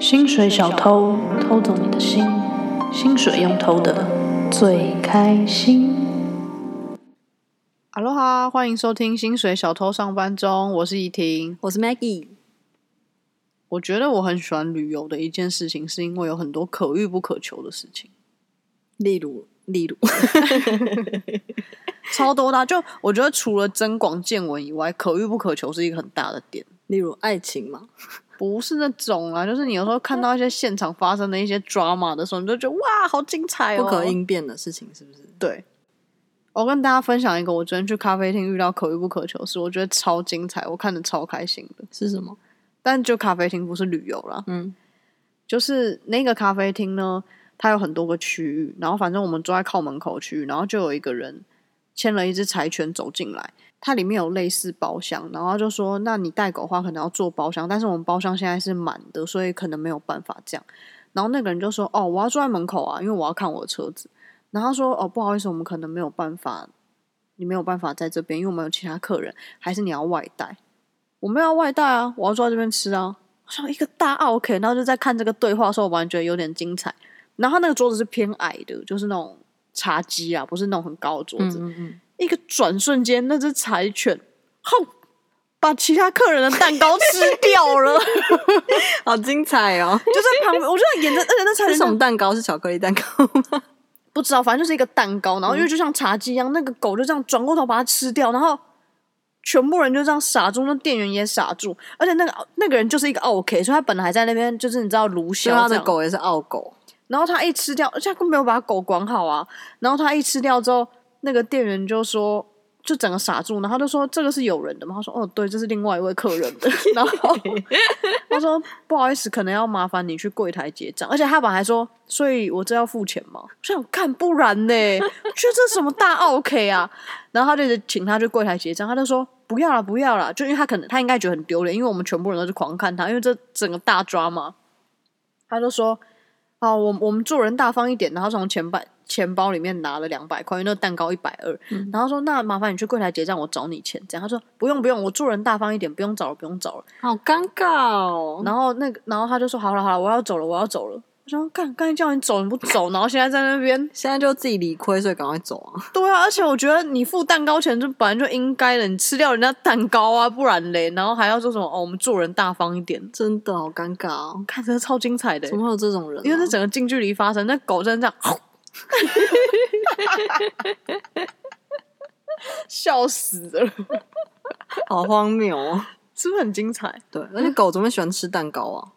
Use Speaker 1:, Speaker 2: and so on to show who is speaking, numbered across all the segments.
Speaker 1: 薪水小偷偷走你的心，薪水用偷的最开心。哈喽哈，欢迎收听《薪水小偷上班中》，我是怡婷。
Speaker 2: 我是 Maggie。
Speaker 1: 我觉得我很喜欢旅游的一件事情，是因为有很多可遇不可求的事情，
Speaker 2: 例如，例如，
Speaker 1: 超多的啊、就我觉得除了增广见闻以外，可遇不可求是一个很大的点。
Speaker 2: 例如爱情嘛，
Speaker 1: 不是那种啊，就是你有时候看到一些现场发生的一些 drama 的时候，你就觉得哇，好精彩哦！
Speaker 2: 不可应变的事情是不是？
Speaker 1: 对，我跟大家分享一个，我昨天去咖啡厅遇到可遇不可求的事，我觉得超精彩，我看的超开心的。
Speaker 2: 是 什么？
Speaker 1: 但就咖啡厅不是旅游啦，
Speaker 2: 嗯，
Speaker 1: 就是那个咖啡厅呢，它有很多个区域，然后反正我们坐在靠门口区域，然后就有一个人牵了一只柴犬走进来，它里面有类似包厢，然后他就说，那你带狗的话可能要坐包厢，但是我们包厢现在是满的，所以可能没有办法这样。然后那个人就说，哦，我要坐在门口啊，因为我要看我的车子。然后他说，哦，不好意思，我们可能没有办法，你没有办法在这边，因为我们有其他客人，还是你要外带？我没有要外带啊，我要坐在这边吃啊。我想一个大 OK，然后就在看这个对话的时候，我完全觉得有点精彩。然后他那个桌子是偏矮的，就是那种茶几啊，不是那种很高的桌子。
Speaker 2: 嗯嗯，
Speaker 1: 一个转瞬间，那只柴犬轰把其他客人的蛋糕 吃掉了，就
Speaker 2: 好精彩哦！
Speaker 1: 在旁边。我就在沿着，而且那柴
Speaker 2: 是
Speaker 1: 犬
Speaker 2: 什么蛋糕？是巧克力蛋糕 吗？
Speaker 1: 不知道，反正就是一个蛋糕，然后因
Speaker 2: 嗯
Speaker 1: 为就像茶几一样，那个狗就这样转过头把它吃掉，然后全部人就这样傻住，那店员也傻住，而且那个那个人就是一个 OK，所以他本来还在那边就是你知道卢
Speaker 2: 希
Speaker 1: 肖
Speaker 2: 望
Speaker 1: 这
Speaker 2: 的
Speaker 1: 样
Speaker 2: 狗也是傲狗，
Speaker 1: 然后他一吃掉，而且他根本没有把狗管好啊。然后他一吃掉之后，那个店员就说，就整个傻住，然后他就说这个是有人的吗？他说哦，对，这是另外一位客人的。 然后他说不好意思，可能要麻烦你去柜台结账。而且他本来还说，所以我这要付钱吗？我想看，不然呢？我觉得这什么大 OK 啊？然后他就请他去柜台结账，他就说。不要啦，不要啦！就因为他可能他应该觉得很丢脸，因为我们全部人都是狂看他，因为这整个大抓嘛。他就说：“好，我我们做人大方一点。”然后从钱包钱包里面拿了两百块，因为那个蛋糕一百二。然后说：“那麻烦你去柜台结账，我找你钱。”这样他说：“不用不用，我做人大方一点，不用找了不用找了。
Speaker 2: 好尴尬哦。
Speaker 1: 然后那个，然后他就说：“好了好了，我要走了我要走了。”我说：“干，刚才叫你走你不走，然后现在在那边。
Speaker 2: 现在就自己理亏，所以赶快走啊！”
Speaker 1: 对啊，而且我觉得你付蛋糕钱就本来就应该的，你吃掉人家蛋糕啊，不然嘞，然后还要说什么哦，我们做人大方一点。
Speaker 2: 真的好尴尬哦，
Speaker 1: 看，真的超精彩的欸
Speaker 2: 怎。么会有这种人啊？
Speaker 1: 因为那整个近距离发生，那狗真的这样， 笑死了，
Speaker 2: 好荒谬哦。
Speaker 1: 是不是很精彩？
Speaker 2: 对，而且狗怎么会喜欢吃蛋糕啊？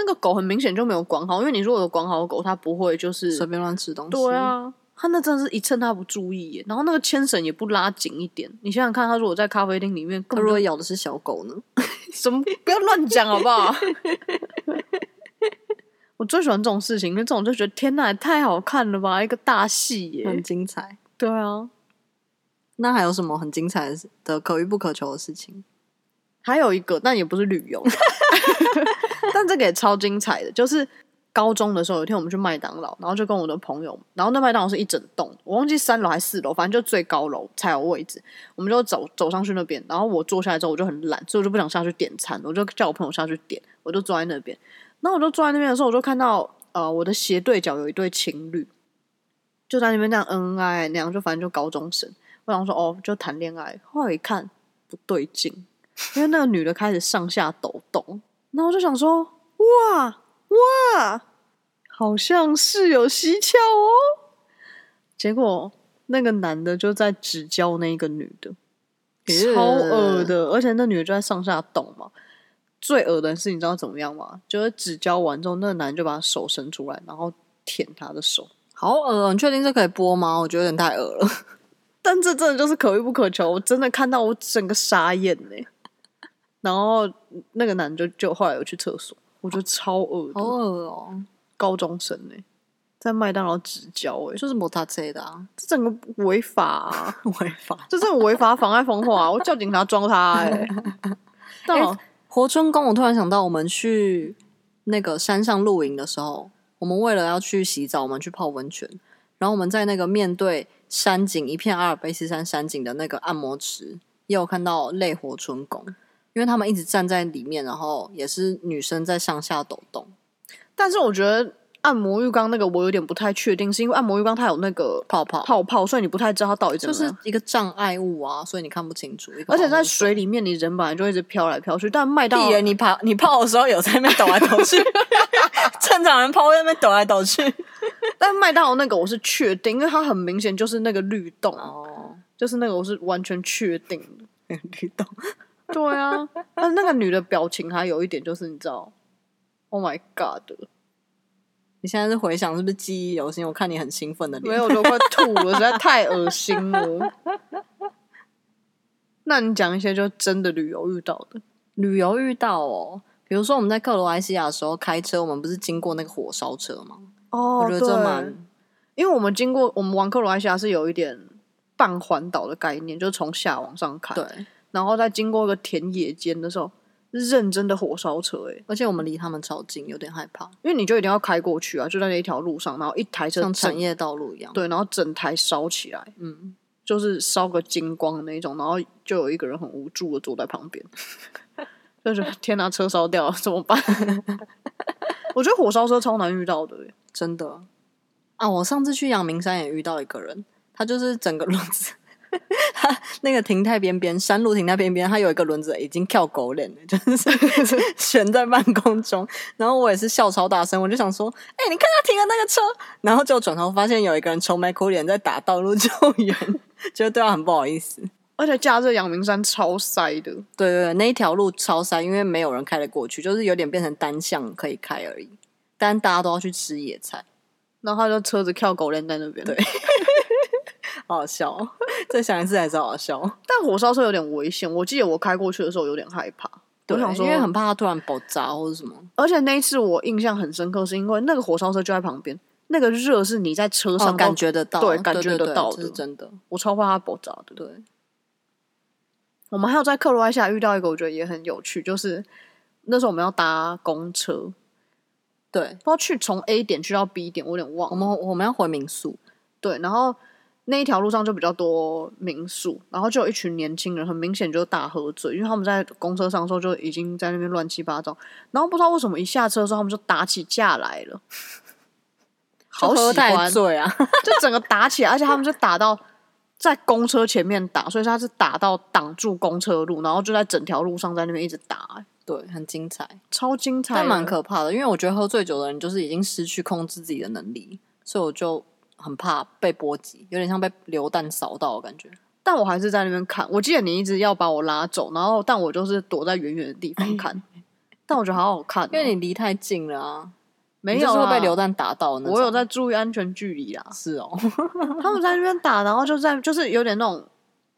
Speaker 1: 那个狗很明显就没有管好，因为你如果有管好的狗，它不会就是
Speaker 2: 随便乱吃东西。
Speaker 1: 对，啊，它那真的是一趁它不注意耶，然后那个牵绳也不拉紧一点。你想想看，它如果在咖啡厅里 面，
Speaker 2: 它
Speaker 1: 根
Speaker 2: 如
Speaker 1: 本
Speaker 2: 果
Speaker 1: 就
Speaker 2: 咬的是小狗呢？
Speaker 1: 什么不要乱讲好不好？ 我最喜欢这种事情，因为这种就觉得天呐，也太好看了吧，一个大戏
Speaker 2: 很
Speaker 1: 耶！
Speaker 2: 精彩。
Speaker 1: 对啊，
Speaker 2: 那还有什么很精彩的事的可遇不可求的事情？
Speaker 1: 还有一个，但也不是旅游， 但这个也超精彩的，就是高中的时候，有一天我们去麦当劳，然后就跟我的朋友，然后那麦当劳是一整栋，我忘记三楼还是四楼，反正就最高楼才有位置，我们就走走上去那边，然后我坐下来之后我就很懒，所以我就不想下去点餐，我就叫我朋友下去点，我就坐在那边，然后我就坐在那边的时候，我就看到呃我的斜对角有一对情侣，就在那边这样恩恩爱爱那样，就反正就高中生，我想说哦就谈恋爱，后来一看不对劲。因为那个女的开始上下抖动，然后我就想说，哇哇，好像是有蹊跷哦。结果那个男的就在指教那个女的，超恶的，而且那女的就在上下动嘛。最恶的是你知道怎么样吗？就是指教完之后，那个男的就把手伸出来，然后舔她的手。
Speaker 2: 好恶、哦！你确定这可以播吗？我觉得有点太恶了。
Speaker 1: 但这真的就是可遇不可求，我真的看到我整个傻眼呢、 然后那个男的就就后来有去厕所，我觉得超恶的，
Speaker 2: 好恶哦、
Speaker 1: 高中生呢、在麦当劳指教哎、
Speaker 2: 就是摩擦车的啊，
Speaker 1: 这整个违法、啊，
Speaker 2: 违法。
Speaker 1: 这真的违法妨碍风化、啊，我叫警察抓他哎、 但好
Speaker 2: 活春宫，我突然想到，我们去那个山上露营的时候，我们为了要去洗澡，我们去泡温泉，然后我们在那个面对山景一片阿尔卑斯山山景的那个按摩池，也有看到类活春宫，因为他们一直站在里面，然后也是女生在上下抖动。
Speaker 1: 但是我觉得按摩浴缸那个我有点不太确定，是因为按摩浴缸它有那个
Speaker 2: 泡泡
Speaker 1: 泡泡，所以你不太知道它到底怎
Speaker 2: 就
Speaker 1: 么
Speaker 2: 是
Speaker 1: 样。
Speaker 2: 一个障碍物啊，所以你看不清楚。一个
Speaker 1: 而且
Speaker 2: 保
Speaker 1: 在
Speaker 2: 护
Speaker 1: 水里面，你人本来就一直飘来飘去，但麦当
Speaker 2: 地
Speaker 1: 劳
Speaker 2: 人，你泡你泡的时候有在那边抖来抖去， 正常人泡在那边抖来抖去。
Speaker 1: 但麦当劳那个我是确定，因为它很明显就是那个律动，
Speaker 2: 哦，
Speaker 1: 就是那个我是完全确定的。
Speaker 2: 律动，
Speaker 1: 对啊，但 那个女的表情还有一点就是你知道，Oh my God，
Speaker 2: 你现在是回想是不是记忆犹新？我看你很兴奋的 脸。
Speaker 1: 没有，我都快吐了，实在太恶心了。那你讲一些就真的旅游遇到的，
Speaker 2: 旅游遇到哦，比如说我们在克罗埃西亚的时候开车，我们不是经过那个火烧车吗？
Speaker 1: 哦
Speaker 2: 我觉得这蛮……
Speaker 1: 因为我们经过我们玩克罗埃西亚是有一点半环岛的概念，就是从下往上开，
Speaker 2: 对，
Speaker 1: 然后再经过一个田野间的时候，是认真的火烧车哎、欸
Speaker 2: 而且我们离他们超近，有点害怕，
Speaker 1: 因为你就一定要开过去啊，就在那一条路上，然后一台车
Speaker 2: 像产
Speaker 1: 整
Speaker 2: 业道路一样。
Speaker 1: 对，然后整台烧起来，
Speaker 2: 嗯，
Speaker 1: 就是烧个精光的那一种，然后就有一个人很无助的坐在旁边， 就是天哪、车烧掉了怎 么办？我觉得火烧车超难遇到的耶，
Speaker 2: 真的啊！我上次去阳明山也遇到一个人，他就是整个轮子， 他那个停太边边，山路停太边边，他有一个轮子已经跳狗脸了，就是 悬在半空中。然后我也是笑超大声，我就想说：“哎、你看他停的那个车。”然后就转头发现有一个人愁眉苦脸在打道路救援， 觉得对他很不好意思。
Speaker 1: 而且假日阳明山超塞的，
Speaker 2: 对对对，那一条路超塞，因为没有人开得过去，就是有点变成单向可以开而已。但大家都要去吃野菜，
Speaker 1: 然后他就车子跳狗链在那边。
Speaker 2: 对好好笑、 哦。再想一次还是好好笑、哦。
Speaker 1: 但火烧车有点危险，我记得我开过去的时候有点害怕。我
Speaker 2: 对
Speaker 1: 想说，哦
Speaker 2: 因为很怕它突然爆炸或者什么。
Speaker 1: 而且那一次我印象很深刻，是因为那个火烧车就在旁边，那个热是你在车上、
Speaker 2: 哦，感，觉得到，
Speaker 1: 对感觉得
Speaker 2: 对对
Speaker 1: 到
Speaker 2: 这是
Speaker 1: 的
Speaker 2: 真的。
Speaker 1: 我超怕它爆炸的。
Speaker 2: 对，
Speaker 1: 我们还有在克罗埃西亚遇到一个我觉得也很有趣，就是那时候我们要搭公车，不知
Speaker 2: 对，
Speaker 1: 道去从 A 点去到 B 点，我有点忘了。
Speaker 2: 我们我们要回民宿，
Speaker 1: 对，然后那一条路上就比较多民宿，然后就有一群年轻人，很明显就是大喝醉，因为他们在公车上的时候就已经在那边乱七八糟，然后不知道为什么一下车的时候他们就打起架来 了，好
Speaker 2: 就喝
Speaker 1: 喜
Speaker 2: 太
Speaker 1: 欢，哦
Speaker 2: 醉啊！
Speaker 1: 就整个打起来，而且他们是打到在公车前面打，所以他是打到挡住公车路，然后就在整条路上在那边一直打、欸
Speaker 2: 对，很精彩，
Speaker 1: 超精彩的，
Speaker 2: 但蛮可怕的，因为我觉得喝醉酒的人就是已经失去控制自己的能力，所以我就很怕被波及，有点像被流弹扫到的感觉。
Speaker 1: 但我还是在那边看。我记得你一直要把我拉走，然后但我就是躲在远远的地方 看。但我觉得好好看哦、
Speaker 2: 因为你离太近了啊，
Speaker 1: 没
Speaker 2: 你就
Speaker 1: 有
Speaker 2: 是会
Speaker 1: 啦
Speaker 2: 被流，弹打到的那种。。
Speaker 1: 我有在注意安全距离啦
Speaker 2: 是哦，
Speaker 1: 他们在那边打，然后就在就是有点那种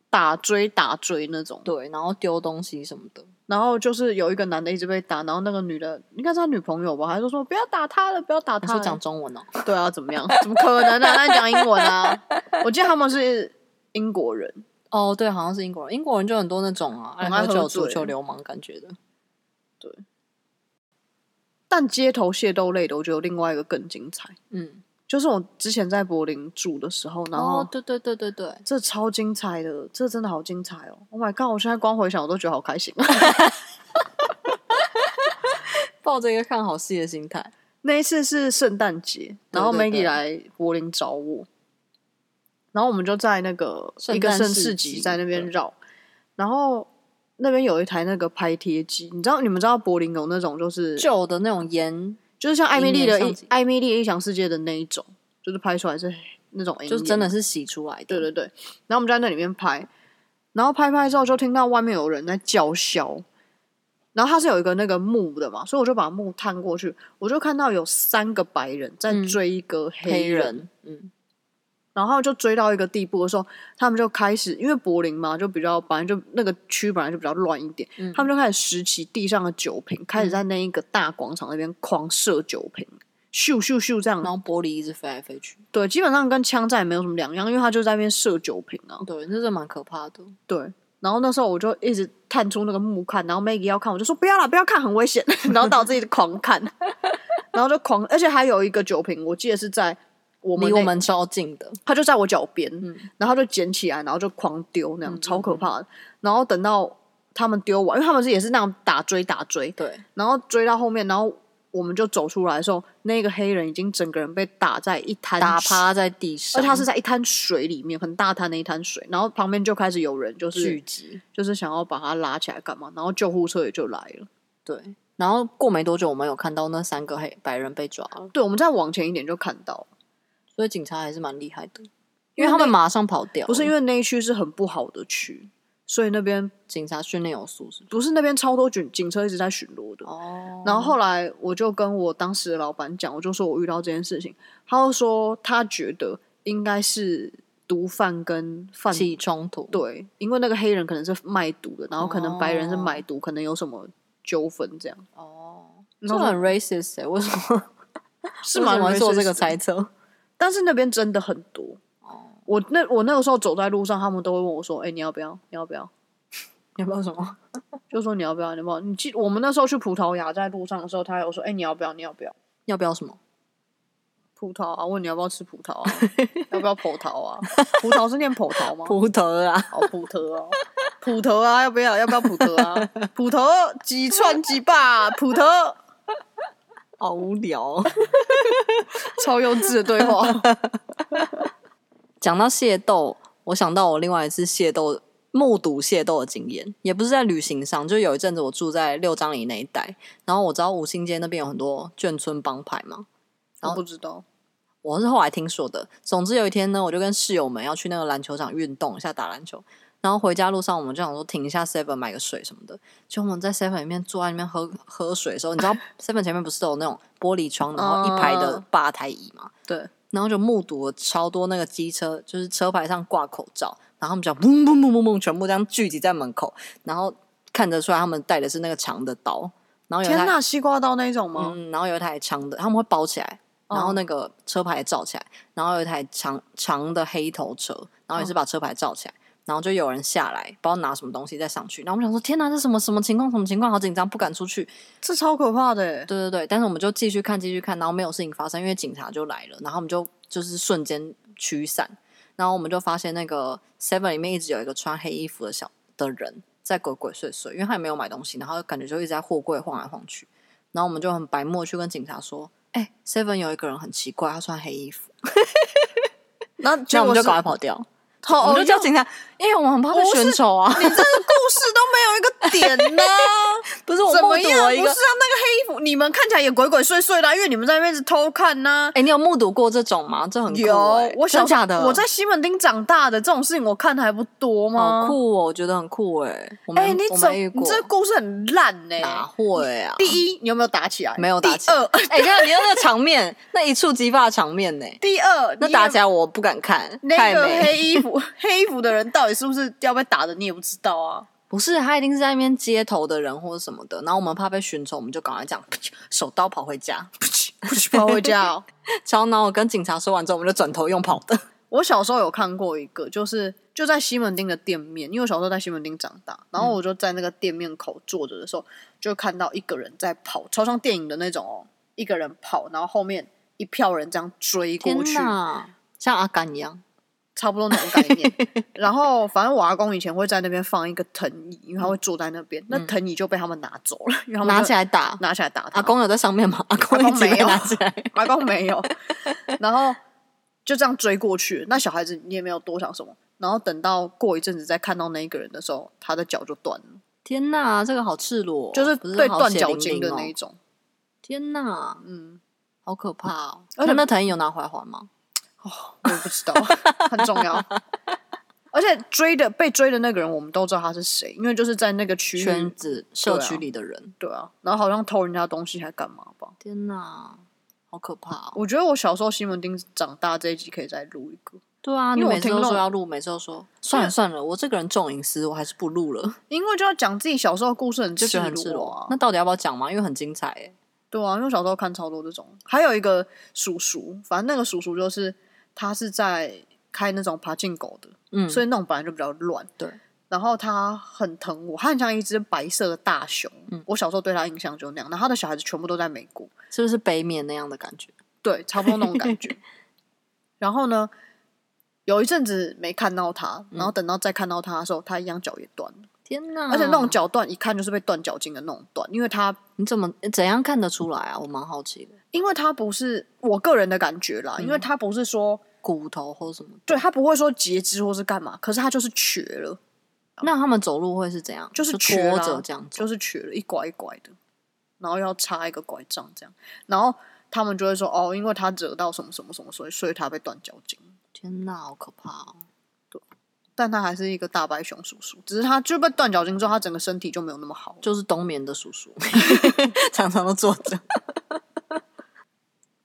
Speaker 1: 打追打追那种，
Speaker 2: 对，然后丢东西什么的，
Speaker 1: 然后就是有一个男的一直被打，然后那个女的应该是他女朋友吧，还是说不要打他了，不要打
Speaker 2: 你
Speaker 1: 他
Speaker 2: 说
Speaker 1: 了。
Speaker 2: 讲中文哦，
Speaker 1: 对啊，怎么样？ 怎么可能呢、啊？那讲英文 啊？我记得他们是英国人，
Speaker 2: 哦，对，好像是英国人，英国人就很多那种啊，
Speaker 1: 很
Speaker 2: 爱
Speaker 1: 爱喝
Speaker 2: 酒、足
Speaker 1: 醉
Speaker 2: 球流氓感觉的。
Speaker 1: 但街头械斗类的，我觉得有另外一个更精彩。
Speaker 2: 嗯，
Speaker 1: 就是我之前在柏林住的时候，然后、
Speaker 2: 哦，对对对对对，
Speaker 1: 这超精彩的，这真的好精彩哦！Oh my god！我现在光回想我都觉得好开心。啊
Speaker 2: 抱着一个看好戏的心态，
Speaker 1: 那一次是圣诞节，然后
Speaker 2: 对对
Speaker 1: Maggie 来柏林找我，然后我们就在那个
Speaker 2: 圣
Speaker 1: 一个
Speaker 2: 诞
Speaker 1: 圣
Speaker 2: 市
Speaker 1: 市
Speaker 2: 集
Speaker 1: 集在那边
Speaker 2: 对
Speaker 1: 绕，然后那边有一台那个拍贴机，你知道你们知道柏林有那种就是
Speaker 2: 旧的那种盐，
Speaker 1: 就是像艾米丽
Speaker 2: 银
Speaker 1: 的
Speaker 2: 联
Speaker 1: 一
Speaker 2: 相机
Speaker 1: 艾米丽的异想世界的那一种，就是拍出来是那种银
Speaker 2: 就是
Speaker 1: 盐
Speaker 2: 真的是洗出来的。
Speaker 1: 对对对，然后我们就在那里面拍，然后拍拍之后就听到外面有人在叫嚣，然后它是有一个那个幕的嘛，所以我就把幕探过去，我就看到有三个白人在
Speaker 2: 嗯
Speaker 1: 追一个
Speaker 2: 黑
Speaker 1: 人，
Speaker 2: 人，嗯，
Speaker 1: 然后就追到一个地步的时候，他们就开始因为柏林嘛，就比较本来就那个区本来就比较乱一点，
Speaker 2: 嗯
Speaker 1: 他们就开始拾起地上的酒瓶，开始在那一个大广场那边狂射酒瓶。咻咻咻！这样
Speaker 2: 然后玻璃一直飞来飞去，
Speaker 1: 对，基本上跟枪战也没有什么两样，因为他就在那边射酒瓶啊。
Speaker 2: 对，那是蛮可怕的。
Speaker 1: 对，然后那时候我就一直探出那个幕看，然后 Maggie 要看，我就说不要啦，不要看，很危险。 然后导致一直狂看，然后就狂，而且还有一个酒瓶，我记得是在我们
Speaker 2: 离我
Speaker 1: 那，
Speaker 2: 们超近的，
Speaker 1: 他就在我脚边，
Speaker 2: 嗯
Speaker 1: 然后就捡起来，然后就狂丢，那样、超可怕的。然后等到他们丢完，因为他们是也是那样打追打追，
Speaker 2: 对，
Speaker 1: 然后追到后面，然后我们就走出来的时候，那个黑人已经整个人被打在一滩
Speaker 2: 打
Speaker 1: 水，
Speaker 2: 趴在地上，
Speaker 1: 而且他是在一滩水里面，很大滩的一滩水，然后旁边就开始有人就是
Speaker 2: 聚集，
Speaker 1: 就是想要把他拉起来干嘛，然后救护车也就来了。
Speaker 2: 对。然后过没多久，我们有看到那三个黑白人被抓了，
Speaker 1: 对，我们再往前一点就看到了，
Speaker 2: 所以警察还是蛮厉害的，
Speaker 1: 因
Speaker 2: 因为他
Speaker 1: 那
Speaker 2: 们马上跑掉了，
Speaker 1: 不是因
Speaker 2: 为
Speaker 1: 为那一区是很不好的区，所以那边
Speaker 2: 警察训练有素质
Speaker 1: 不是那边超多警警车一直在巡逻的。
Speaker 2: 哦
Speaker 1: 然后后来我就跟我当时的老板讲，我就说我遇到这件事情，他就说他觉得应该是毒贩跟贩
Speaker 2: 起冲突，
Speaker 1: 对，因为那个黑人可能是卖毒的，然后可能白人是
Speaker 2: 哦
Speaker 1: 买毒，可能有什么纠纷这样，
Speaker 2: 哦，
Speaker 1: 然
Speaker 2: 这
Speaker 1: 后
Speaker 2: 很 racist 欸为什么
Speaker 1: 是
Speaker 2: 为什
Speaker 1: 蛮
Speaker 2: 么会做这个
Speaker 1: racist
Speaker 2: 哦
Speaker 1: 的
Speaker 2: 猜测？
Speaker 1: 但是那边真的很多。我那我那个时候走在路上，他们都会问我说：“哎、你要不要？你要不要？”
Speaker 2: 有没有什么？
Speaker 1: 就说你要不要，你要不要？你记我们那时候去葡萄牙，在路上的时候，他有说，哎、你要不要？你要不要
Speaker 2: 要不要什么？
Speaker 1: 葡萄啊？问你要不要吃葡萄啊？ 要不要葡萄啊？葡萄是念葡萄吗？
Speaker 2: 葡萄啊，
Speaker 1: 哦，葡萄哦，葡萄啊，要不要？要不要葡萄啊？ 葡萄几串几把？葡萄，
Speaker 2: 好无聊、哦。
Speaker 1: 超幼稚的对话。
Speaker 2: 讲到械斗，我想到我另外一次械斗目睹械斗的经验，也不是在旅行上，就有一阵子我住在六张里那一带，然后我知道五星街那边有很多眷村帮派嘛，
Speaker 1: 我不知道，
Speaker 2: 我是后来听说的。总之有一天呢，我就跟室友们要去那个篮球场运动一下，打篮球。然后回家路上，我们就想说停一下 Seven 买个水什么的。就我们在 Seven 里面坐在那边喝喝水的时 候，你知道 Seven 前面不是都有那种玻璃窗，然后一排的
Speaker 1: 嗯
Speaker 2: 吧台椅嘛？
Speaker 1: 对，
Speaker 2: 然后就目睹了超多那个机车，就是车牌上挂口罩，然后他们就嗡嗡嗡嗡嗡，全部这样聚集在门口，然后看得出来他们带的是那个长的刀，然后有一
Speaker 1: 天
Speaker 2: 台
Speaker 1: 哪，西瓜刀那一种吗？
Speaker 2: 嗯，然后有一台长的，他们会包起来，
Speaker 1: 哦
Speaker 2: 然后那个车牌罩起来，然后有一台长长的黑头车，然后也是把车牌罩起来，然后就有人下来，不知道拿什么东西再上去，然后我们想说天哪，这什么什么情况？什么情况？好紧张，不敢出去。
Speaker 1: 这超可怕的欸，
Speaker 2: 对对对，但是我们就继续看，继续看，然后没有事情发生，因为警察就来了，然后我们就就是瞬间驱散，然后我们就发现那个 Seven 里面一直有一个穿黑衣服的小的人在鬼鬼祟祟，因为他也没有买东西，然后感觉就一直在货柜晃来晃去，然后我们就很白目地去跟警察说。哎、s e v e n 有一个人很奇怪，他穿黑衣服，
Speaker 1: 那
Speaker 2: 那
Speaker 1: 结
Speaker 2: 我
Speaker 1: 果
Speaker 2: 们就是赶快跑掉，
Speaker 1: 好，
Speaker 2: 我们就叫
Speaker 1: 哦
Speaker 2: 警察，因为我们很怕被
Speaker 1: 不是
Speaker 2: 选丑啊。
Speaker 1: 你这个故事都没有一个点呢、
Speaker 2: 不 是我
Speaker 1: 怎
Speaker 2: 目
Speaker 1: 么
Speaker 2: 睹了
Speaker 1: 样？
Speaker 2: 一
Speaker 1: 不是
Speaker 2: 个，
Speaker 1: 啊，那个黑衣服，你们看起来也鬼鬼祟祟的啊、因为你们在那边一直偷看啊呢、
Speaker 2: 哎、你有目睹过这种吗？这很酷
Speaker 1: 有
Speaker 2: 欸，
Speaker 1: 我
Speaker 2: 真
Speaker 1: 小
Speaker 2: 假的，
Speaker 1: 我在西门町长大的这种事情，我看的还不多吗？
Speaker 2: 好！酷哦，我觉得很酷哎，我没
Speaker 1: 哎、你
Speaker 2: 我
Speaker 1: 怎
Speaker 2: 没遇
Speaker 1: 你
Speaker 2: 过，
Speaker 1: 这故事很烂呢、
Speaker 2: 哪会啊？
Speaker 1: 第一，你有没有打起来？
Speaker 2: 没有打起
Speaker 1: 第
Speaker 2: 来
Speaker 1: 二，
Speaker 2: 哎，你看你看那个场面，那一触即发的场面呢？
Speaker 1: 第二，
Speaker 2: 那
Speaker 1: 你
Speaker 2: 打
Speaker 1: 也
Speaker 2: 起来我不敢看，
Speaker 1: 那
Speaker 2: 太
Speaker 1: 个
Speaker 2: 美。
Speaker 1: 黑衣服 黑衣服的人到底是不是要被打的，你也不知道 啊。
Speaker 2: 不是，他一定是在那边街头的人或者什么的，然后我们怕被寻仇，我们就赶快这样，噗嗤手刀跑回家，
Speaker 1: 不去跑回家哦。
Speaker 2: 超然后我跟警察说完之后，我们就转头用跑的。
Speaker 1: 我小时候有看过一个，就是就在西门町的店面，因为我小时候在西门町长大，然
Speaker 2: 嗯
Speaker 1: 后我就在那个店面口坐着的时候，就看到一个人在跑，超像电影的那种哦，一个人跑，然后后面一票人这样追过去，
Speaker 2: 哪，像阿甘一样，
Speaker 1: 差不多那种概 念。然后反正我阿公以前会在那边放一个藤椅，因为他会坐在那边，那藤椅就被他们拿走了，因为他们
Speaker 2: 嗯拿
Speaker 1: 就
Speaker 2: 起来啊打。
Speaker 1: 拿起来打他
Speaker 2: 阿公有在上面吗？阿公
Speaker 1: 阿
Speaker 2: 一
Speaker 1: 公
Speaker 2: 直
Speaker 1: 没
Speaker 2: 被
Speaker 1: 有
Speaker 2: 拿起来，
Speaker 1: 阿公没有，然后就这样追过去。那小孩子你也没有多想什么，然后等到过一阵子再看到那一个人的时候，他的脚就断了，
Speaker 2: 天哪，这个好赤裸哦，
Speaker 1: 就是
Speaker 2: 不是
Speaker 1: 对
Speaker 2: 好
Speaker 1: 断
Speaker 2: 血
Speaker 1: 脚
Speaker 2: 淋
Speaker 1: 筋
Speaker 2: 淋
Speaker 1: 的
Speaker 2: 哦
Speaker 1: 那一种。
Speaker 2: 天哪，
Speaker 1: 嗯，
Speaker 2: 好可怕哦！
Speaker 1: 而且嗯
Speaker 2: 那那藤椅有拿回来还吗？
Speaker 1: 我也不知道， 很重要。而且追的被追的那个人，我们都知道他是谁，因为就是在那个区
Speaker 2: 圈
Speaker 1: 域，
Speaker 2: 子社区里的人，
Speaker 1: 对啊，然后好像偷人家东西还干嘛吧？
Speaker 2: 天哪，好可怕哦！
Speaker 1: 我觉得我小时候西门町长大这一集可以再录一个，
Speaker 2: 对啊，
Speaker 1: 因
Speaker 2: 你
Speaker 1: 为我
Speaker 2: 每次
Speaker 1: 听
Speaker 2: 都
Speaker 1: 那
Speaker 2: 说
Speaker 1: 种
Speaker 2: 要录，每次都说算了算了，我这个人重隐私，我还是不录了，
Speaker 1: 因为就要讲自己小时候的故事很
Speaker 2: 就
Speaker 1: 赤
Speaker 2: 觉得很赤
Speaker 1: 裸
Speaker 2: 裸
Speaker 1: 啊。。
Speaker 2: 那到底要不要讲嘛？因为很精彩哎。
Speaker 1: 对啊，因为我小时候看超多这种，还有一个叔叔，反正那个叔叔就是他是在开那种爬进狗的，
Speaker 2: 嗯，
Speaker 1: 所以那种本来就比较乱。
Speaker 2: 对，
Speaker 1: 然后他很疼我，他很像一只白色的大熊。
Speaker 2: 嗯
Speaker 1: 我小时候对他印象就那样。然后他的小孩子全部都在美国，
Speaker 2: 是不是北冕那样的感觉？
Speaker 1: 对，差不多那种感 觉。然后呢，
Speaker 2: 嗯
Speaker 1: 有一阵子没看到他，然后等到再看到他的时候，他一样脚也断了。
Speaker 2: 天哪！
Speaker 1: 而且那种脚断一看就是被断脚筋的那种断，因为它
Speaker 2: 你怎么怎样看得出来啊？我蛮好奇的，
Speaker 1: 因为它不是我个人的感觉
Speaker 2: 嗯
Speaker 1: 啦，因为它不是说
Speaker 2: 骨头或什么？
Speaker 1: 对它不会说截肢或是干嘛，可是它就是瘸了，
Speaker 2: 那他们走路会是怎样？
Speaker 1: 啊就是
Speaker 2: 拖
Speaker 1: 瘸啦
Speaker 2: 着这样走。
Speaker 1: 就是瘸了一拐一拐的，然后要插一个拐杖这样，然后他们就会说哦，因为他惹到什么什么什么，所以所以他被断脚筋。
Speaker 2: 天哪，好可怕哦！
Speaker 1: 但他还是一个大白熊叔叔，只是他就被断脚筋之后，他整个身体就没有那么好。
Speaker 2: 就是冬眠的叔 叔，常常都坐着。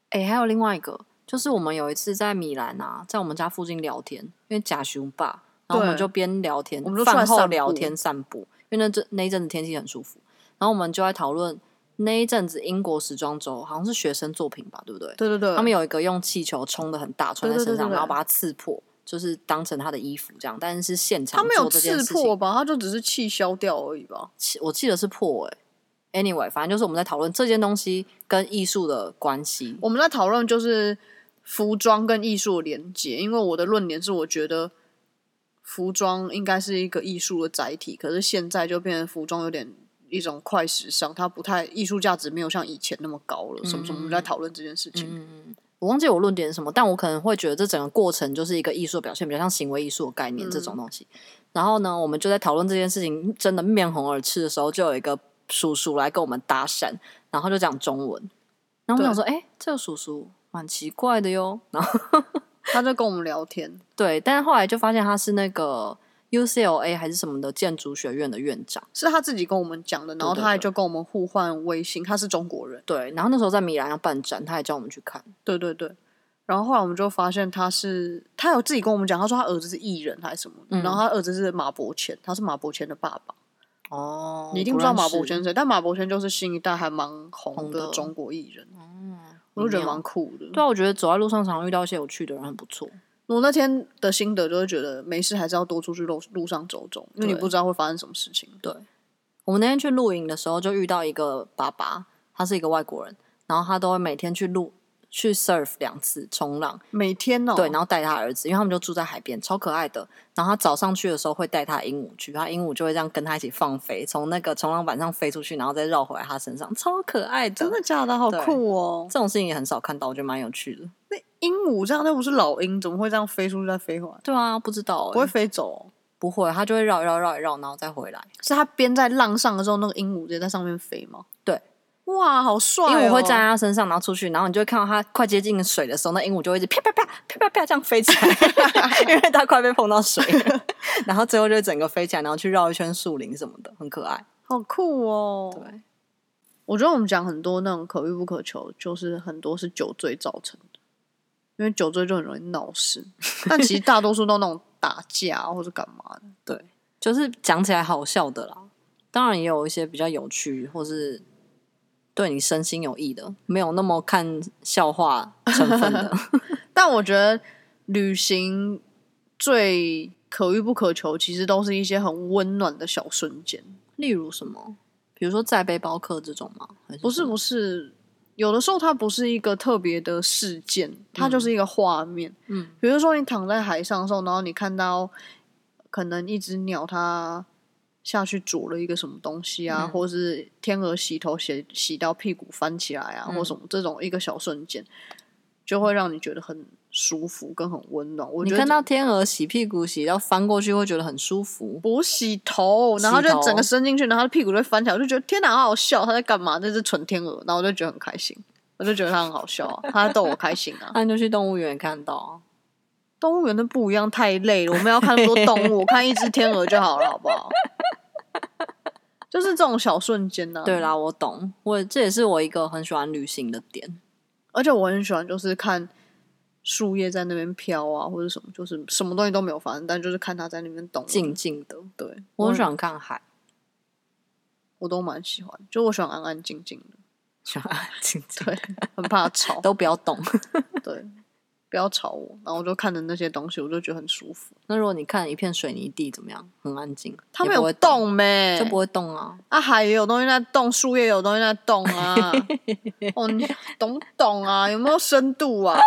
Speaker 2: 哎、还有另外一个，就是我们有一次在米兰啊，在我们家附近聊天，因为假熊爸，然后我们
Speaker 1: 对
Speaker 2: 就边聊天，
Speaker 1: 我们就出来
Speaker 2: 饭后
Speaker 1: 散步
Speaker 2: 聊天散步，因为那阵那一阵子天气很舒服，然后我们就在讨论那一阵子英国时装周好像是学生作品吧，对不对？
Speaker 1: 对对对，
Speaker 2: 他们有一个用气球冲的很大，穿在
Speaker 1: 对对
Speaker 2: 身
Speaker 1: 对
Speaker 2: 上，
Speaker 1: 对
Speaker 2: 然后
Speaker 1: 对
Speaker 2: 把它刺破，就是当成他的衣服这样，但是是现场
Speaker 1: 他没有
Speaker 2: 做这件
Speaker 1: 刺
Speaker 2: 事情
Speaker 1: 破吧？他就只是气消掉而已吧？
Speaker 2: 气我记得是破哎、Anyway，反正就是我们在讨论这件东西跟艺术的关系。
Speaker 1: 我们在讨论就是服装跟艺术的连接，因为我的论点是我觉得服装应该是一个艺术的载体，可是现在就变成服装有点一种快时尚，它不太艺术价值没有像以前那么高了。什么什么，我们
Speaker 2: 嗯
Speaker 1: 在讨论这件事情。
Speaker 2: 我忘记我论点是什么，但我可能会觉得这整个过程就是一个艺术的表现，比较像行为艺术的概念这种东西。然后呢，我们就在讨论这件事情，真的面红耳赤的时候，就有一个叔叔来跟我们搭讪，然后就讲中文。然后我想说，哎、这个叔叔蛮奇怪的哟。然后
Speaker 1: 他在跟我们聊天，
Speaker 2: 对，但是后来就发现他是那个 UCLA 还是什么的建筑学院的院长。
Speaker 1: 是他自己跟我们讲的，然后
Speaker 2: 对对
Speaker 1: 他还
Speaker 2: 对
Speaker 1: 就跟我们互换微信，他是中国人。
Speaker 2: 对，然后那时候在米兰要办展，他也叫我们去看。
Speaker 1: 对对对。然后后来我们就发现他是，他有自己跟我们讲，他说他儿子是艺人还是什么，
Speaker 2: 嗯
Speaker 1: 然后他儿子是马伯骞，他是马伯骞的爸爸。
Speaker 2: 哦
Speaker 1: 你一定不知道马伯骞谁，但马伯骞就是新一代还蛮红的中国艺人，
Speaker 2: 嗯
Speaker 1: 我就觉得蛮酷的。
Speaker 2: 对啊，我觉得走在路上常常遇到一些有趣的人，很不错。
Speaker 1: 我那天的心得就是觉得没事还是要多出去路路上走走，因为你
Speaker 2: 对
Speaker 1: 不知道会发生什么事情。
Speaker 2: 我们那天去露营的时候，就遇到一个爸爸，他是一个外国人，然后他都会每天去露去 surf 两次冲浪，
Speaker 1: 每天哦，
Speaker 2: 对，然后带他儿子，因为他们就住在海边，超可爱的。然后他早上去的时候会带他鹦鹉去，他鹦鹉就会这样跟他一起放飞，从那个冲浪板上飞出去，然后再绕回来他身上，超可爱的。
Speaker 1: 真的假的？好酷哦！
Speaker 2: 这种事情也很少看到，我觉得蛮有趣的。
Speaker 1: 那鹦鹉这样，那不是老鹰，怎么会这样飞出去再飞回来？
Speaker 2: 对啊，不知道、欸，
Speaker 1: 不会飞走哦、
Speaker 2: 不会，它就会绕一绕绕一绕，然后再回来。
Speaker 1: 是它边在浪上的时候，那个鹦鹉直接在上面飞吗？
Speaker 2: 对，
Speaker 1: 哇，好帅、哦！
Speaker 2: 鹦鹉会站在它身上，然后出去，然后你就会看到它快接近水的时候，那鹦鹉就会一直啪啪啪啪啪啪这样飞起 来，因为它快被碰到水了，然后最后就整个飞起来，然后去绕一圈树林什么的，很可爱。
Speaker 1: 好酷哦！
Speaker 2: 对，
Speaker 1: 我觉得我们讲很多那种可遇不可求，就是很多是酒醉造成的，因为酒醉就很容易闹事。但其实大多数都那种打架啊或者干嘛的，
Speaker 2: 就是讲起来好笑的啦。当然也有一些比较有趣，或是对你身心有益的，没有那么看笑话成分的。
Speaker 1: 但我觉得旅行最可遇不可求，其实都是一些很温暖的小瞬间。
Speaker 2: 例如什么，比如说载背包客这种吗？还
Speaker 1: 不
Speaker 2: 什
Speaker 1: 是
Speaker 2: 么
Speaker 1: 不是，有的时候它不是一个特别的事件，它就是一个画面。
Speaker 2: 嗯，
Speaker 1: 比如说你躺在海上的时候，然后你看到可能一只鸟它下去啄了一个什么东西
Speaker 2: 嗯
Speaker 1: 啊，或是天鹅洗头洗洗到屁股翻起来啊，
Speaker 2: 嗯
Speaker 1: 或什么这种一个小瞬间，就会让你觉得很舒服跟很温暖。我
Speaker 2: 你
Speaker 1: 觉
Speaker 2: 看
Speaker 1: 得。
Speaker 2: 到天鹅洗屁股洗到翻过去会觉得很舒服，
Speaker 1: 不洗头，然后
Speaker 2: 洗
Speaker 1: 就
Speaker 2: 头
Speaker 1: 整个伸进去，然后它的屁股就翻起来，我就觉得天哪，好好笑，它在干嘛？这只蠢天鹅，然后我就觉得很开心，我就觉得它很好笑啊，它在逗我开心 啊。
Speaker 2: 那你就去动物园看到啊。
Speaker 1: 动物园的不一样，太累了，我们要看那么多动物，我看一只天鹅就好了，好不 好？就是这种小瞬间啊呢、
Speaker 2: 对，啦，我懂，我这也是我一个很喜欢旅行的点。
Speaker 1: 而且我很喜欢，就是看树叶在那边飘啊，或者什么，就是什么东西都没有发生，但就是看它在那边动。
Speaker 2: 静静的，
Speaker 1: 对，
Speaker 2: 嗯我
Speaker 1: 我
Speaker 2: 很喜，欢看海，
Speaker 1: 我都蛮喜欢，就我喜欢安安静静的，
Speaker 2: 喜欢安静静，
Speaker 1: 对，很怕吵。
Speaker 2: 都不要动。
Speaker 1: 对，不要吵我。然后我就看着那些东西，我就觉得很舒服。
Speaker 2: 那如果你看一片水泥地怎么样？很安静，
Speaker 1: 它
Speaker 2: 也
Speaker 1: 没
Speaker 2: 不
Speaker 1: 有
Speaker 2: 会动，
Speaker 1: 动没、
Speaker 2: 就不会动啊。
Speaker 1: 啊，海也有东西在动，树叶也有东西在动啊。哦，你懂不懂啊？有没有深度啊？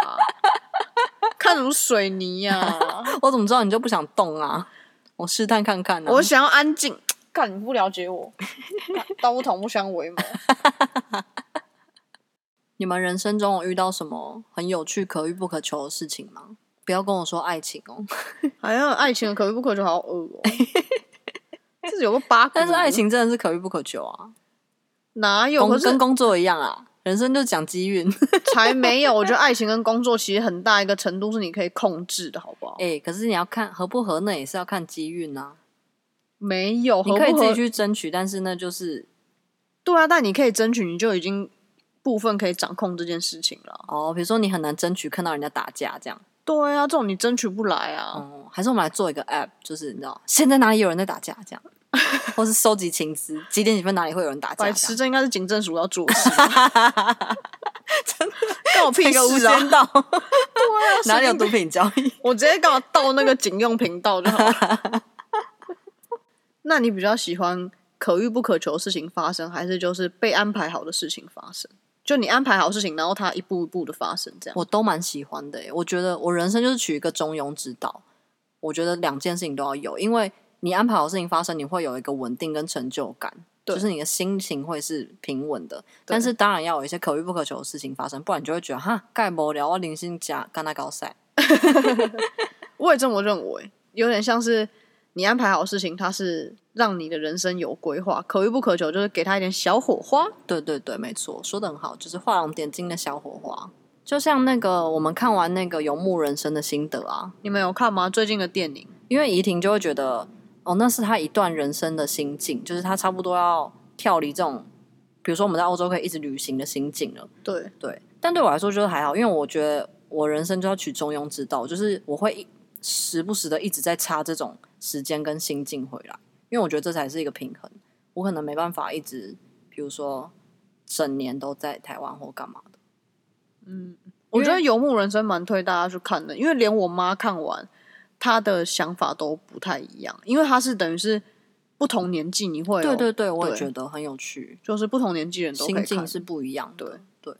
Speaker 1: 看什么水 泥呀、啊？
Speaker 2: 我怎么知道你就不想动啊？我试探看看啊。
Speaker 1: 我想要安静。干你不了解我，干道不同不相为谋。
Speaker 2: 你们人生中有遇到什么很有趣、可遇不可求的事情吗？不要跟我说爱情哦，
Speaker 1: 好像爱情的可遇不可求，好恶哦。自己有个八股，
Speaker 2: 但是爱情真的是可遇不可求 啊，
Speaker 1: 哪有？
Speaker 2: 工
Speaker 1: 可
Speaker 2: 跟
Speaker 1: 是
Speaker 2: 工作一样啊，人生就讲机运。
Speaker 1: 才没有。我觉得爱情跟工作其实很大一个程度是你可以控制的，好不好？
Speaker 2: 哎、可是你要看合不合，那也是要看机运啊。
Speaker 1: 没有，
Speaker 2: 你可
Speaker 1: 合
Speaker 2: 以
Speaker 1: 不
Speaker 2: 自己
Speaker 1: 合
Speaker 2: 去争取，但是那就是
Speaker 1: 对啊，但你可以争取，你就已经部分可以掌控这件事情了。
Speaker 2: 哦，比如说你很难争取看到人家打架这样。
Speaker 1: 对啊，这种你争取不来啊。
Speaker 2: 哦、还是我们来做一个 app，就是你知道现在哪里有人在打架这样，或是收集情资，几点几分哪里会有人打架这
Speaker 1: 白
Speaker 2: 样？
Speaker 1: 痴，这应该是警政署要做的事吧。真 的，关我屁
Speaker 2: 那个无
Speaker 1: 事啊！
Speaker 2: 间道，
Speaker 1: 对啊
Speaker 2: 哪里有？
Speaker 1: 神经
Speaker 2: 毒品交易？
Speaker 1: 我直接干嘛到那个警用频道就好了。 那你比较喜欢可遇不可求的事情发生，还是就是被安排好的事情发生？就你安排好事情，然后它一步一步的发生，这样。
Speaker 2: 我都蛮喜欢的耶、欸我觉得我人生就是取一个中庸之道，我觉得两件事情都要有，因为你安排好事情发生，你会有一个稳定跟成就感，
Speaker 1: 对
Speaker 2: 就是你的心情会是平稳的。但是当然要有一些可遇不可求的事情发生，不然你就会觉得哈盖无聊，我零星加干那高赛。
Speaker 1: 我也这么认为，有点像是你安排好事情，它是让你的人生有规划，可遇不可求，就是给它一点小火花。
Speaker 2: 对对对，没错，说的很好，就是画龙点睛的小火花。就像那个我们看完那个《游牧人生》的心得啊，
Speaker 1: 你们有看吗？最近的电影？
Speaker 2: 因为怡婷就会觉得，哦，那是她一段人生的心境，就是她差不多要跳离这种，比如说我们在欧洲可以一直旅行的心境了。
Speaker 1: 对，
Speaker 2: 对，但对我来说就是还好，因为我觉得我人生就要取中庸之道，就是我会一时不时的一直在插这种时间跟心境回来，因为我觉得这才是一个平衡。我可能没办法一直，比如说整年都在台湾或干嘛的。
Speaker 1: 我觉得《游牧人生》蛮推大家去看的，因为连我妈看完，她的想法都不太一样，因为她是等于是不同年纪，你会有
Speaker 2: 对对对，我也
Speaker 1: 对
Speaker 2: 觉得很有趣。
Speaker 1: 就是不同年纪人都可
Speaker 2: 心
Speaker 1: 以看
Speaker 2: 境。是不一样的。对，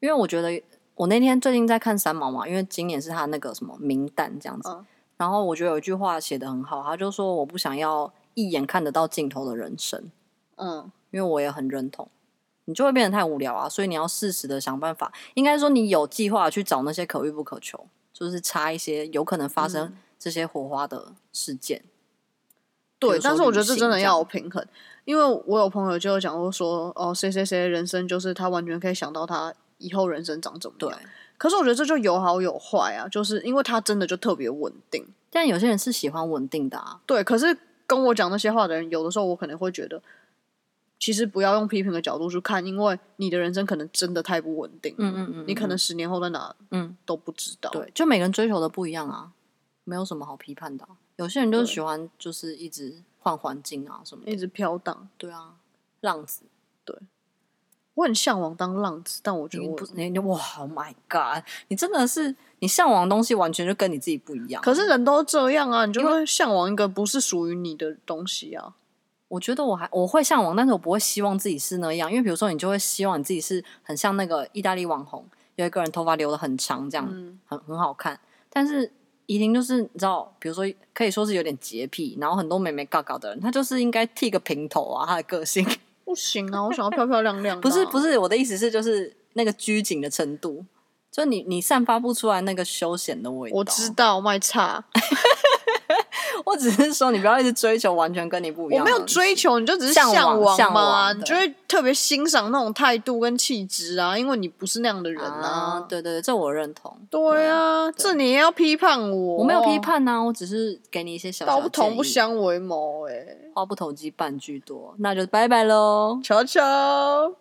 Speaker 2: 因为我觉得我那天最近在看三毛嘛，因为今年是他那个什么名旦这样子，
Speaker 1: 嗯
Speaker 2: 然后我觉得有一句话写的很好，他就说我不想要一眼看得到尽头的人生，
Speaker 1: 嗯，
Speaker 2: 因为我也很认同。你就会变得太无聊啊，所以你要适时的想办法。应该说，你有计划地去找那些可遇不可求，就是插一些有可能发
Speaker 1: 嗯
Speaker 2: 生这些火花的事件。比
Speaker 1: 对，
Speaker 2: 如说
Speaker 1: 但是我觉得这
Speaker 2: 旅行
Speaker 1: 真的
Speaker 2: 这
Speaker 1: 要
Speaker 2: 样
Speaker 1: 有平衡，因为我有朋友就有讲过说，哦，谁谁谁的人生就是他完全可以想到他以后人生长怎么
Speaker 2: 对
Speaker 1: 样。，可是我觉得这就有好有坏啊，就是因为他真的就特别稳定。
Speaker 2: 但有些人是喜欢稳定的啊，
Speaker 1: 对，可是跟我讲那些话的人，有的时候我可能会觉得，其实不要用批评的角度去看，因为你的人生可能真的太不稳定。
Speaker 2: 嗯嗯嗯，
Speaker 1: 你可能十年后在哪
Speaker 2: 嗯，
Speaker 1: 都不知道。，
Speaker 2: 对，就每个人追求的不一样啊，没有什么好批判的啊、有些人就是
Speaker 1: 对
Speaker 2: 喜欢就是一直换环境啊什么的，
Speaker 1: 一直飘荡。
Speaker 2: 对啊，浪子。
Speaker 1: 我很向往当浪子，但我觉
Speaker 2: 你
Speaker 1: 得我
Speaker 2: 不，你你哇，Oh my God！你真的是你向往的东西完全就跟你自己不一样。
Speaker 1: 可是人都这样啊，你就会向往一个不是属于你的东西啊。
Speaker 2: 我觉得我还我会向往，但是我不会希望自己是那样，因为比如说你就会希望你自己是很像那个意大利网红，有一个人头发留的很长，这样、很很好看。但是怡婷就是你知道，比如说可以说是有点洁癖，然后很多美眉嘎嘎的人，她就是应该剃个平头啊，她的个性。
Speaker 1: 不行啊，我想要漂漂亮亮、
Speaker 2: 不是不
Speaker 1: 是，
Speaker 2: 是，我的意思是就是那个拘谨的程度，就你你散发不出来那个休闲的味道。
Speaker 1: 我知，道卖差，
Speaker 2: 我只是说你不要一直追求完全跟你不一
Speaker 1: 我
Speaker 2: 样。
Speaker 1: 没有追，求，你就只是
Speaker 2: 向往
Speaker 1: 往
Speaker 2: 向
Speaker 1: 嘛，
Speaker 2: 往
Speaker 1: 你
Speaker 2: 对
Speaker 1: 就会特别欣赏那种态度跟气质啊，因为你不是那样的人
Speaker 2: 啊，对对对，这我认同。
Speaker 1: 对啊，这你也要批判我？
Speaker 2: 我没有批，判呐、我只是给你一些小小
Speaker 1: 道
Speaker 2: 的
Speaker 1: 哦不同不
Speaker 2: 建议，
Speaker 1: 相为谋、欸，哎，
Speaker 2: 话不投机半句多，那就拜拜喽。
Speaker 1: 瞧瞧。